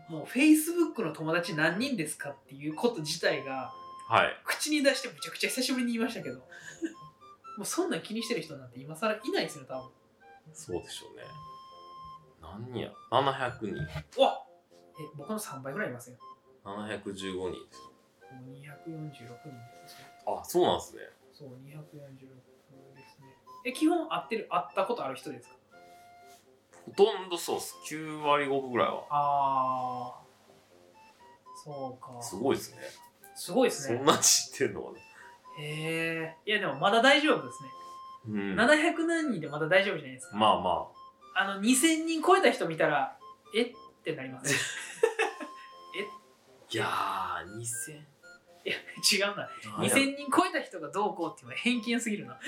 Speaker 1: もう Facebook の友達何人ですかっていうこと自体が
Speaker 2: はい。
Speaker 1: 口に出してむちゃくちゃ久しぶりに言いましたけど もうそんなん気にしてる人なんて今更いないですよ多分
Speaker 2: そうでしょうね。何人や ?700 人。
Speaker 1: うわえ僕の3倍ぐらいいますよ
Speaker 2: 715人ですよ。
Speaker 1: もう246人ですね
Speaker 2: あ、そうなんですね。
Speaker 1: そう246ですねえ基本会ってる会ったことある人ですか
Speaker 2: ほとんどそうっす。9割5分ぐらいは。
Speaker 1: ああそうか
Speaker 2: すごいっすね。
Speaker 1: すごいです
Speaker 2: そ
Speaker 1: ね
Speaker 2: んな知ってんのかな。
Speaker 1: へえいやでもまだ大丈夫ですね、
Speaker 2: うん。ま
Speaker 1: 700何人でまだ大丈夫じゃないですか、
Speaker 2: あま
Speaker 1: あの2000人超えた人見たらえってなります
Speaker 2: あ。いやー、2000。
Speaker 1: いや違うな2000人超えた人がどうこうっていうのは偏見すぎるな そ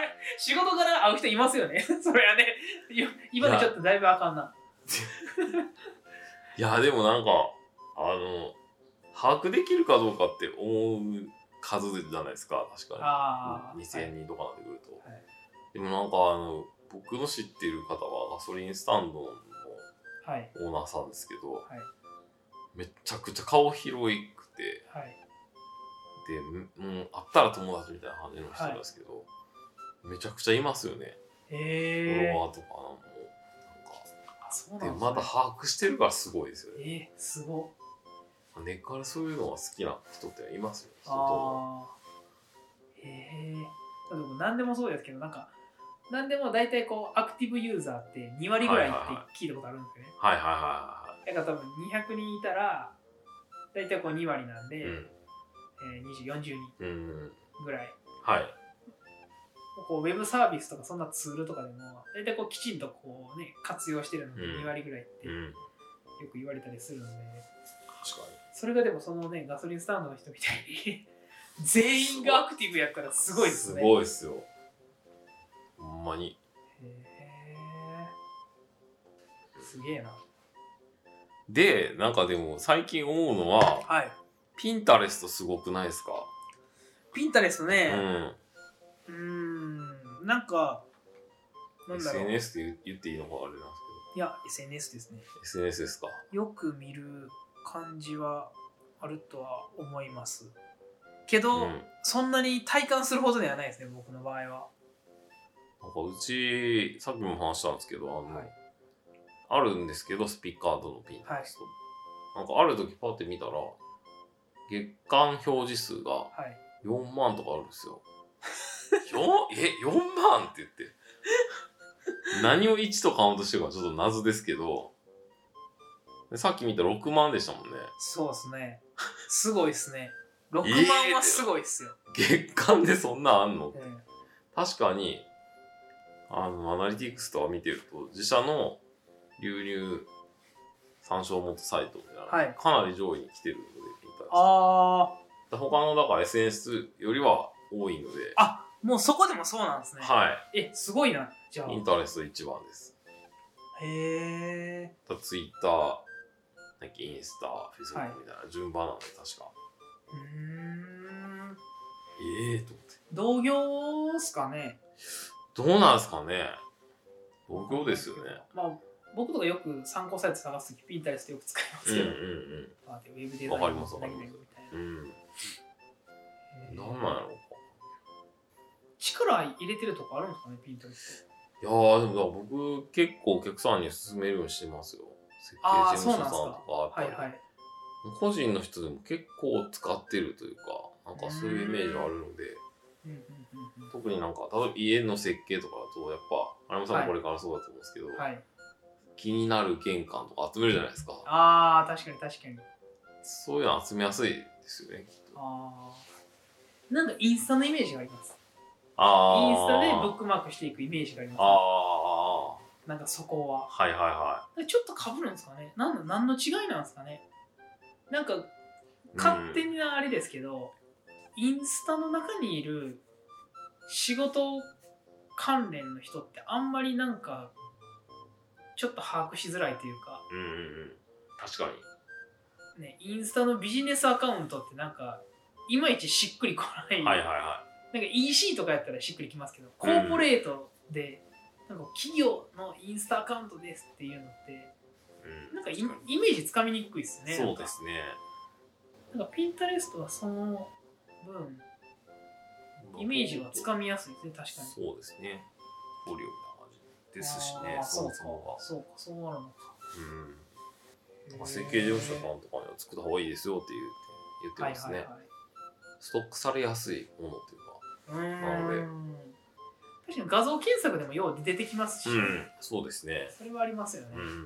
Speaker 1: れ仕事から会う人いますよね それはねいや今のちょっとだいぶあかんない
Speaker 2: やでもなんかあの把握できるかどうかって思う数じゃないですか確か
Speaker 1: あ
Speaker 2: に
Speaker 1: ー
Speaker 2: 2000人とかなってくると、
Speaker 1: はい
Speaker 2: でもなんかあの僕の知っている方はガソリンスタンドの
Speaker 1: はい
Speaker 2: オーナーさんですけど、
Speaker 1: い
Speaker 2: めちゃくちゃ顔広いくて
Speaker 1: はい
Speaker 2: でもう会ったら友達みたいな感じの人なんですけど、めちゃくちゃいますよねフォ
Speaker 1: え
Speaker 2: ロ
Speaker 1: ー、
Speaker 2: ワーとかも
Speaker 1: あそう
Speaker 2: なんかで
Speaker 1: なんですね
Speaker 2: まだ把握してるからすごいですよね
Speaker 1: えー、すご
Speaker 2: 根っからそういうのが好きな人っていますよ人とも
Speaker 1: あーえー、だって僕何でもそうですけどなんか何でも大体こうアクティブユーザーって2割ぐらいって
Speaker 2: はいはいは
Speaker 1: 聞いたことあるんですよね、
Speaker 2: はいはいはいはい
Speaker 1: だから多分200人いたら大体こう2割なんで、
Speaker 2: うん
Speaker 1: えー、2040人
Speaker 2: うん、
Speaker 1: ぐらい
Speaker 2: はい。
Speaker 1: こうウェブサービスとかそんなツールとかでも大体こうきちんとこうね活用してるので
Speaker 2: うん
Speaker 1: 2割ぐらいってよ
Speaker 2: ん、
Speaker 1: く言われたりするので、
Speaker 2: 確か
Speaker 1: それがでもそのねガソリンスタンドの人みたいに全員がアクティブやからすごいですね
Speaker 2: すごいですよ。ほんまに。
Speaker 1: へーすげえな
Speaker 2: で、なんかでも最近思うのは、
Speaker 1: はい
Speaker 2: ピンタレストすごくないですか、
Speaker 1: ピンタレストね
Speaker 2: うん。
Speaker 1: うーんなんかなんだろう
Speaker 2: SNS って言う言っていいのかあれなんで
Speaker 1: いや SNS ですね
Speaker 2: すけど、SNS ですか
Speaker 1: よく見る感じはあるとは思いますけど、
Speaker 2: うん。なんか
Speaker 1: そんなに体感するほどではないですね僕の場合は
Speaker 2: うち、さっきも話したんですけど、あの、
Speaker 1: はい
Speaker 2: あるんですけど、スピカードのピンタレスト。なんかある時パって見たら、月間表示数が
Speaker 1: はい
Speaker 2: 4万とかあるんですよ。よえ、4万って言って。何を1とカウントしてるかちょっと謎ですけど、でさっき見た6万でしたもんね。
Speaker 1: そうですねすごいですね6
Speaker 2: え
Speaker 1: 万
Speaker 2: ー
Speaker 1: はすごいですよ、
Speaker 2: 月間でそんなんあんの
Speaker 1: ええ
Speaker 2: 確かに、あの、アナリティクスとか見てると、自社の流入参照元サイトみたいな、
Speaker 1: はい
Speaker 2: かなり上位に来てるので、見たら
Speaker 1: ああ
Speaker 2: 他の、だから SNS よりは多いので、
Speaker 1: あもうそこでもそうなんですね、
Speaker 2: はい
Speaker 1: えすごいなじゃ。
Speaker 2: イン
Speaker 1: あ
Speaker 2: ターレスト1番です。
Speaker 1: へえ
Speaker 2: ツイッター、なんかインスタ、フェイスブックみたいな順番なんで、確か。
Speaker 1: うーん
Speaker 2: ええと思って。
Speaker 1: 同業っすかね
Speaker 2: どうなんすかね同業ですよね。
Speaker 1: まあ僕とかよく参考サイト探すときピンタレストよく使います
Speaker 2: う
Speaker 1: け
Speaker 2: ん
Speaker 1: ど、
Speaker 2: うん
Speaker 1: まあでウェブデザイン
Speaker 2: わかりますわか
Speaker 1: 何
Speaker 2: り
Speaker 1: 々
Speaker 2: ま
Speaker 1: み
Speaker 2: す
Speaker 1: たいな
Speaker 2: うん。う
Speaker 1: へ
Speaker 2: ん。な
Speaker 1: ー
Speaker 2: んなんやろうか。
Speaker 1: 力入れてるとこあるんですかねピンタレスト
Speaker 2: いやー、でもだから僕、結構お客さんに勧めるようにしてますよ。設計
Speaker 1: あー
Speaker 2: 事務所さん
Speaker 1: そうなん
Speaker 2: とか、
Speaker 1: はいは
Speaker 2: やっぱ
Speaker 1: い
Speaker 2: り個人の人でも結構使ってるというか、なんかそういうイメージあるので、
Speaker 1: うんうんうん
Speaker 2: 特になんか例えば家の設計とかだとやっぱ有山さん
Speaker 1: は
Speaker 2: も
Speaker 1: い
Speaker 2: これからそうだと思うんですけど、
Speaker 1: はい。
Speaker 2: 気になる玄関とか集めるじゃないですか
Speaker 1: ああ、確かに確かに。
Speaker 2: そういうの集めやすいですよねきっと
Speaker 1: ああ。なんかインスタのイメージがあります。
Speaker 2: あー
Speaker 1: インスタでブックマークしていくイメージがありま
Speaker 2: ああ
Speaker 1: す。なんかそこは。
Speaker 2: はいはいは
Speaker 1: ちょっとかぶるんですかね。なんの何の違いなんですかね。なんか
Speaker 2: い
Speaker 1: 勝手
Speaker 2: に、
Speaker 1: にあれですけど、インスタの中にいる仕事関連の人ってあんまりなんかちょっと把握しづらいというか、
Speaker 2: うんうんうん、確かに
Speaker 1: ね、インスタのビジネスアカウントってなんかいまいちしっくりこない、
Speaker 2: はいはいは
Speaker 1: なんか EC とかやったらしっくりきますけどコーポレートで、なんか企業のインスタアカウントですっていうのって
Speaker 2: い、うん、
Speaker 1: なんかイ
Speaker 2: 確に
Speaker 1: イメージつかみにくいですね
Speaker 2: そうですね
Speaker 1: なんかピンタレストはその分イメージはつかみやすいですね、確かに。
Speaker 2: そうですねポリオみたいな感じですし
Speaker 1: あ
Speaker 2: ね
Speaker 1: ー
Speaker 2: そ
Speaker 1: そう
Speaker 2: も
Speaker 1: か
Speaker 2: そもが、
Speaker 1: そうか、そうなるのか。
Speaker 2: うん、なんか設計事務所さんとかには作った方がいいですよって言って言ってますね、
Speaker 1: はいはいはい
Speaker 2: ストックされやすいものっていうか
Speaker 1: うーん
Speaker 2: なので
Speaker 1: 確かに画像検索でもよう出てきますし、
Speaker 2: そうですね
Speaker 1: それはありますよね。
Speaker 2: うん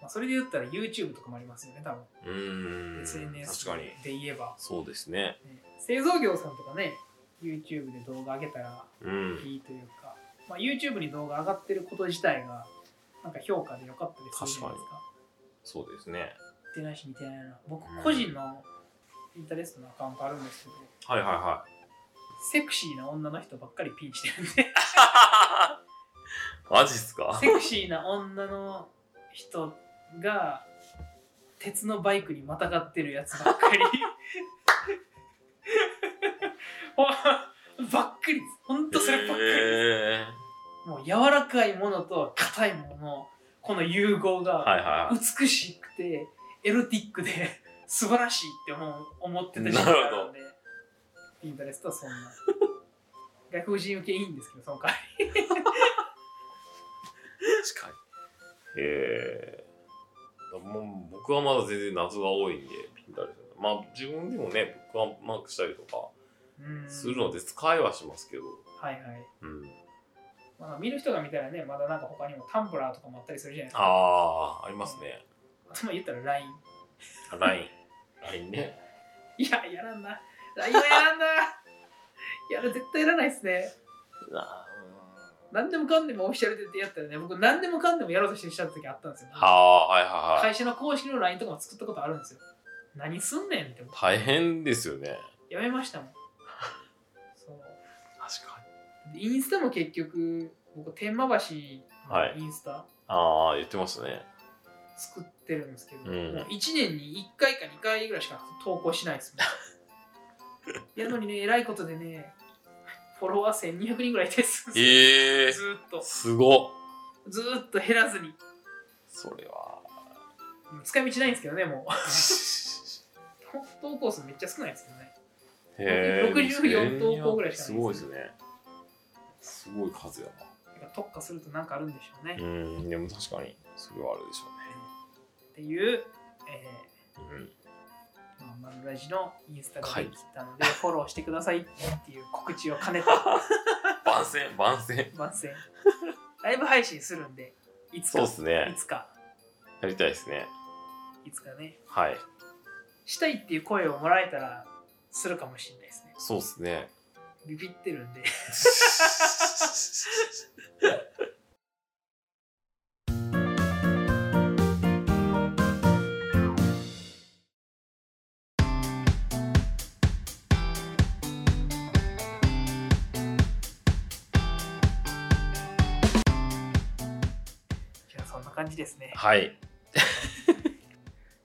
Speaker 1: まあ、それで言ったら YouTube とかもありますよね、多分。
Speaker 2: うん
Speaker 1: SNS
Speaker 2: 確かに
Speaker 1: で言えば、
Speaker 2: そうですね
Speaker 1: ね製造業さんとかね、YouTube で動画上げたら
Speaker 2: うん
Speaker 1: いいというか、まあ、YouTube に動画上がってること自体が、なんか評価で良かったりするじゃないですか。
Speaker 2: そうですね
Speaker 1: 見てないし見てないな僕
Speaker 2: うん
Speaker 1: 個人のインタレストのアカウントあるんですけど、
Speaker 2: はいはいは
Speaker 1: セクシーな女の人ばっかりピンしてるんで
Speaker 2: いマジっすか
Speaker 1: セクシーな女の人が鉄のバイクにまたがってるやつばっかり ほんばっかりですほんとそればっかりで
Speaker 2: へ
Speaker 1: すもう柔らかいものと硬いもののこの融合
Speaker 2: ー
Speaker 1: が
Speaker 2: はいは
Speaker 1: 美しくてエロティックで素晴らしいって思う思ってた時期
Speaker 2: なる
Speaker 1: があ
Speaker 2: ほど
Speaker 1: るんでピンタレストはそんな外国人受けいいんですけどその代わ
Speaker 2: い確かにへえもう僕はまだ全然謎が多いんでピンタレストまあ自分でもね僕はマークしたりとか
Speaker 1: りうん
Speaker 2: するので使いはしますけど
Speaker 1: はいはい、
Speaker 2: うん
Speaker 1: まあ、見る人が見たらねまだなんか他にもタンブラーとかもあったりするじゃないですか
Speaker 2: ああありますね
Speaker 1: あとまあ言ったら LINE
Speaker 2: あラインラインね
Speaker 1: いややらんな LINE はやらんな やる絶対やらないですね
Speaker 2: あ
Speaker 1: 何でもかんでもオフィシャルでってやったらね僕何でもかんでもやろうとしてした時あったんですよ
Speaker 2: あはいはいはい
Speaker 1: 会社の公式の LINE とかも作ったことあるんですよ何すんねんって思って
Speaker 2: 大変ですよね
Speaker 1: やめました もんそう
Speaker 2: 確かに
Speaker 1: でインスタも結局僕天満橋
Speaker 2: は
Speaker 1: の
Speaker 2: い
Speaker 1: インスタ
Speaker 2: ああ言ってましたね
Speaker 1: 作ってるんですけど、
Speaker 2: うん
Speaker 1: もう1年に1回か2回ぐらいしか投稿しないです もんやのにねえらいことでねフォロワー1200人ぐらいですずー
Speaker 2: ええ
Speaker 1: っと
Speaker 2: すごっ
Speaker 1: ずーっと減らずに
Speaker 2: それ は
Speaker 1: 使い道ないんですけどねもう投稿数めっちゃ少ないですけどね
Speaker 2: へえ
Speaker 1: 64投稿ぐらいしか
Speaker 2: す
Speaker 1: ない
Speaker 2: ごい
Speaker 1: で
Speaker 2: ですすねすごい数やな
Speaker 1: だから特化すると何かあるんでしょうね、っ
Speaker 2: うんでも確かにそれはあるでしょ
Speaker 1: ていう、えー
Speaker 2: うね
Speaker 1: まあ、マルラジのインスタが
Speaker 2: はい
Speaker 1: できたので、フォローしてくださいっていう告知を兼ね た
Speaker 2: 番宣番宣
Speaker 1: 番宣ライブ配信するんでいつ
Speaker 2: そう
Speaker 1: か
Speaker 2: ですね
Speaker 1: いつか
Speaker 2: やりたいですね
Speaker 1: いつかね
Speaker 2: はい
Speaker 1: したいっていう声をもらえたらするかもしれないですね
Speaker 2: そうですね
Speaker 1: ビビってるんで じゃあそんな感じですね
Speaker 2: はい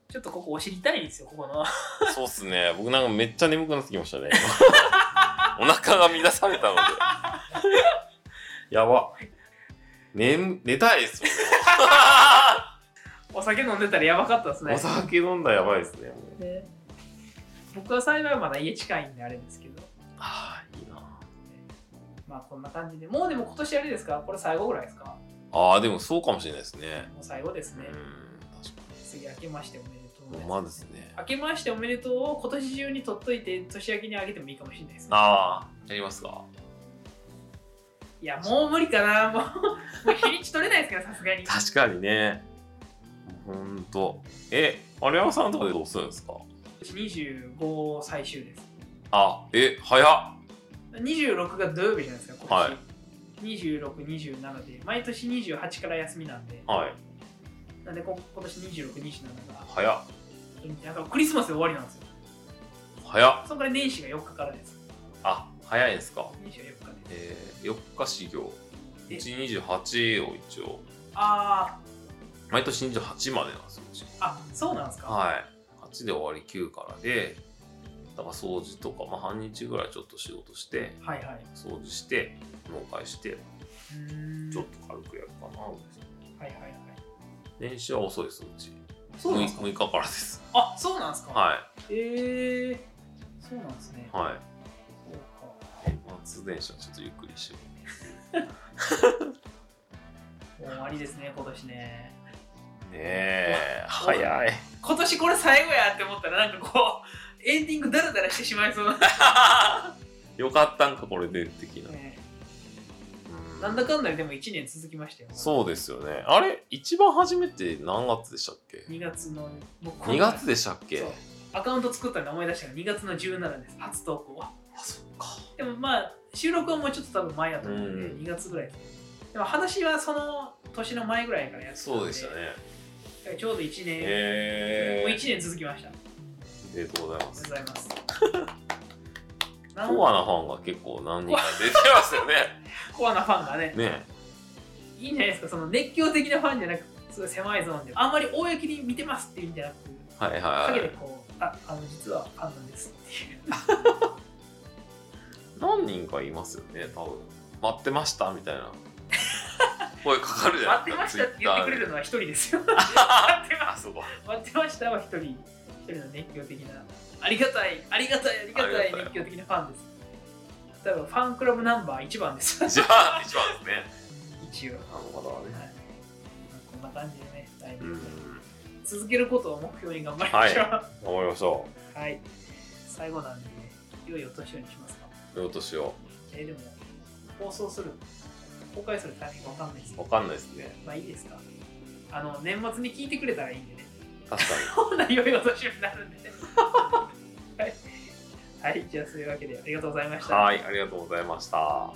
Speaker 1: ちょっとここお尻痛いんですよここの
Speaker 2: そうっすね。僕なんかめっちゃ眠くなってきましたね。 お腹が乱されたので。やば。寝、寝たいですよ、
Speaker 1: お酒飲んでたらやばかったです
Speaker 2: ね。
Speaker 1: ね
Speaker 2: お酒飲んだらやばいですね。もう
Speaker 1: ね僕は幸いまだ家近いんであれですけど
Speaker 2: ああ、いいな。
Speaker 1: まあこんな感じでもうでも今年あれですかこれ最後ぐらいですか
Speaker 2: ああ、でもそうかもしれないですね。
Speaker 1: もう最後です
Speaker 2: うん
Speaker 1: ね、、
Speaker 2: 確か
Speaker 1: 次明けましておめでとう
Speaker 2: に。ほんまですね。
Speaker 1: 明けましておめでとうを今年中に取っといて年明けにあげてもいいかもしれないですね
Speaker 2: ああ、やりますか
Speaker 1: いやもう無理かなもうもう日にち取れないですからさすがに
Speaker 2: 確かにねほんとえ丸山さんとかでどうするんですか
Speaker 1: 25最終です
Speaker 2: あえ早っ
Speaker 1: 26が土曜日じゃないですか今
Speaker 2: はい
Speaker 1: 年、2627で毎年28から休みなんで
Speaker 2: はい
Speaker 1: なんでこ今年2627が
Speaker 2: 早っ
Speaker 1: だからクリスマスで終わりなんですよ
Speaker 2: 早っ
Speaker 1: そこから年始が4日からです
Speaker 2: あ早いんですか
Speaker 1: 24日で
Speaker 2: えー、4日始業
Speaker 1: え
Speaker 2: 128を一応
Speaker 1: あ
Speaker 2: 毎年28までなんですようち
Speaker 1: ーあそうなんですか
Speaker 2: はい8で終わり9からでだから掃除とか、まあ、半日ぐらいちょっと仕事して
Speaker 1: はいはい
Speaker 2: 掃除して納会して
Speaker 1: うーん
Speaker 2: ちょっと軽くやるかな
Speaker 1: はいはいはい
Speaker 2: 年始は遅いですうち
Speaker 1: そうなんですか
Speaker 2: 6, 日からです
Speaker 1: あそうなんですか
Speaker 2: は
Speaker 1: ええー、そうなんですね
Speaker 2: いはい
Speaker 1: そうか
Speaker 2: 年末電車ちょっとゆっくりしよ
Speaker 1: もう終わりですね今年ね
Speaker 2: うねえ
Speaker 1: わ
Speaker 2: 早い
Speaker 1: 今年これ最後やって思ったらなんかこうエンディングダラダラしてしまいそうな、
Speaker 2: よかったんかこれで的な、
Speaker 1: ね、
Speaker 2: うん
Speaker 1: なんだかんだででも1年続きましたよ
Speaker 2: そうですよねあれ一番初めて何月でしたっけ
Speaker 1: 2月のもう今
Speaker 2: 2
Speaker 1: 回
Speaker 2: 月でしたっけ
Speaker 1: そうアカウント作ったの思い出したのが2月の17です初投稿は
Speaker 2: あそっか
Speaker 1: でもまあ収録はもうちょっと多分前だと思うんで、
Speaker 2: うん
Speaker 1: 2月ぐらいですでも話はその年の前ぐらいからやってたん
Speaker 2: そうでしたね
Speaker 1: だからちょうど1年、
Speaker 2: へ
Speaker 1: もう
Speaker 2: え
Speaker 1: 1年続きましたあり
Speaker 2: おめでとうございま
Speaker 1: が
Speaker 2: す
Speaker 1: とうございます な
Speaker 2: コアなファンが結構何人か出てますよね
Speaker 1: コアなファンがね
Speaker 2: ね
Speaker 1: いいんじゃないですかその熱狂的なファンじゃなくすごい狭いゾーンであんまり公に見てますっていうんじゃなく
Speaker 2: はいはい
Speaker 1: 陰
Speaker 2: は
Speaker 1: で
Speaker 2: い
Speaker 1: こうああの実はファンなんですっていう
Speaker 2: 何人かいますよね多分待ってましたみた いな声かかるじゃ
Speaker 1: 待
Speaker 2: ん
Speaker 1: ってましたって言ってくれるのは一人です よ待ってま
Speaker 2: あ
Speaker 1: す
Speaker 2: そこ
Speaker 1: 待ってましたは一人一人の熱狂的なありがたいありがたいありがた
Speaker 2: あり
Speaker 1: い
Speaker 2: がたい
Speaker 1: 熱狂的なファンです多分ファンクラブナンバー1番です
Speaker 2: じゃあ一番ですね
Speaker 1: 一応、はい
Speaker 2: あの方はね
Speaker 1: こんな感じでねだいぶ
Speaker 2: うん
Speaker 1: 続けることを目標に頑張りましょうは
Speaker 2: 頑張りましょ
Speaker 1: い、 最後なんでね良いお年をにしますか
Speaker 2: うよとしよ
Speaker 1: えーでも放送する公開するタイミングわかんないです
Speaker 2: うわかんないですね
Speaker 1: まあいいですかあの年末に聞いてくれたらいいんでね
Speaker 2: 確かに
Speaker 1: こんな良いお年になるんでね はい、はい、じゃあそういうわけでありがとうございました
Speaker 2: はい、ありがとうございました。